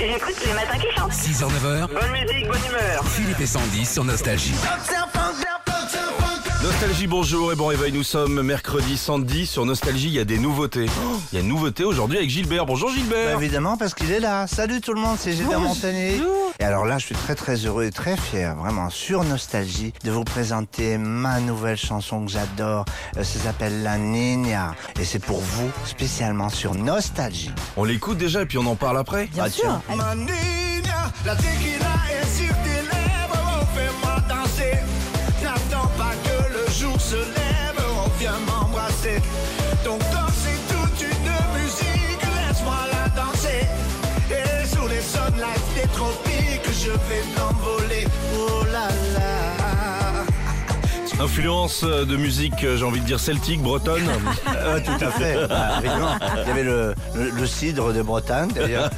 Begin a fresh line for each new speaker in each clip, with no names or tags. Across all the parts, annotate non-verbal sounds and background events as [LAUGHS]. Et j'écoute les matins qui chantent.
6h, 9h,
Bonne musique, bonne humeur.
Philippe et Sandy sur Nostalgie.
Nostalgie, bonjour et bon réveil. Nous sommes mercredi samedi sur Nostalgie. Il y a des nouveautés. Il y a une nouveauté aujourd'hui avec Gilbert. Bonjour
Bah,
Gilbert.
évidemment, parce qu'il est là. Salut tout le monde, c'est Gilbert Montagné. Et alors là, je suis très très heureux et très fier, vraiment sur Nostalgie, de vous présenter ma nouvelle chanson que j'adore. Euh, ça s'appelle La Nina. Et c'est pour vous, spécialement sur Nostalgie.
On l'écoute déjà et puis on en parle après.
Bien
Ah,
sûr.
tiens.
Allez.
La tequila est sur tes lèvres, on fait-moi danser. N'attends pas que le jour se lève, on vient m'embrasser. Ton corps c'est toute une musique, laisse-moi la danser. Et sous les sunlights des tropiques, je vais m'envoler. Oh là là.
Influence euh, de musique, euh, j'ai envie de dire celtique,
[LAUGHS]
bretonne.
Euh, tout à fait. Ah, évidemment. Il y avait le, le- le cidre de Bretagne, d'ailleurs.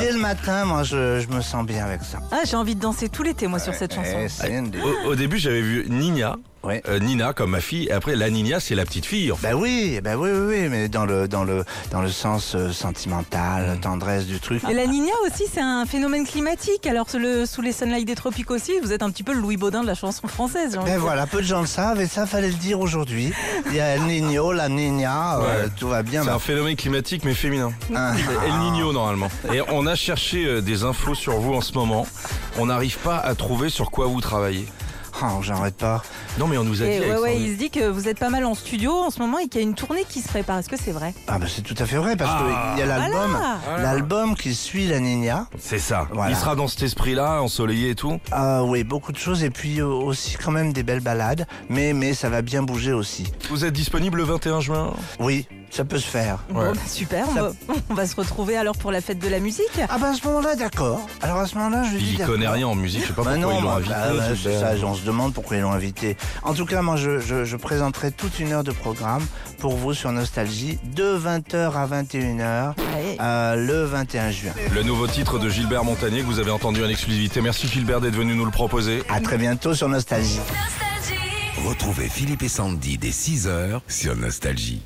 Dès le matin, moi, je, je me sens bien avec ça.
Ah, j'ai envie de danser tous l'été, moi, sur cette chanson.
Eh, Cindy.
au, au début, j'avais vu Nina.
Ouais.
Euh, Nina comme ma fille. Et après, la Nina, c'est la petite fille. en fait.
Bah,
Ben oui, ben oui, oui, oui, mais dans le dans le dans le sens euh, sentimental, tendresse du truc.
Et la Nina aussi, c'est un phénomène climatique. Alors, sous le- sous les sunlights des tropiques aussi, vous êtes un petit peu le Louis Baudin de la chanson française. j'ai envie
Ben
de dire.
voilà, peu de gens le savent et ça fallait le dire aujourd'hui. Il y a El Niño, la Niña, euh,
Ouais.
tout va bien.
C'est
ben,
un phénomène climatique mais féminin.
Ah.
El Niño normalement. Et on a cherché euh, des infos sur vous en ce moment. On n'arrive pas à trouver sur quoi vous travaillez.
oh, j'arrête pas.
Non mais on nous a dit.
Et Eh ouais,
Alexandre.
ouais, il se dit que vous êtes pas mal en studio en ce moment et qu'il y a une tournée qui se prépare. Est-ce que c'est vrai
Ah ben c'est tout à fait vrai parce qu'il y a l'album,
Voilà.
l'album qui suit la Niña.
C'est ça.
Voilà.
Il sera dans cet esprit-là, ensoleillé et tout.
Ah oui, beaucoup de choses et puis euh, aussi quand même des belles balades, mais mais ça va bien bouger aussi.
Vous êtes disponible le 21 juin
Oui, ça peut se faire.
Bon, bah, super, on
Ça-
va, [LAUGHS] on va se retrouver alors pour la fête de la musique.
Ah ben à ce moment-là, d'accord. Alors à ce moment-là, je dis
Il
d'accord.
connaît rien en musique, je sais pas
Bah
pourquoi
non,
ils l'ont
bah,
invité.
bah, bah, c'est ça,
Gilbert.
on se demande pourquoi ils l'ont invité. En tout cas, moi, je, je- je présenterai toute une heure de programme pour vous sur Nostalgie de 20h à 21h
Ouais.
euh, le 21 juin.
le nouveau titre de Gilbert Montagnier que vous avez entendu en exclusivité. Merci Gilbert d'être venu nous le proposer.
À très bientôt sur Nostalgie.
Retrouvez Philippe et Sandy dès 6h sur Nostalgie.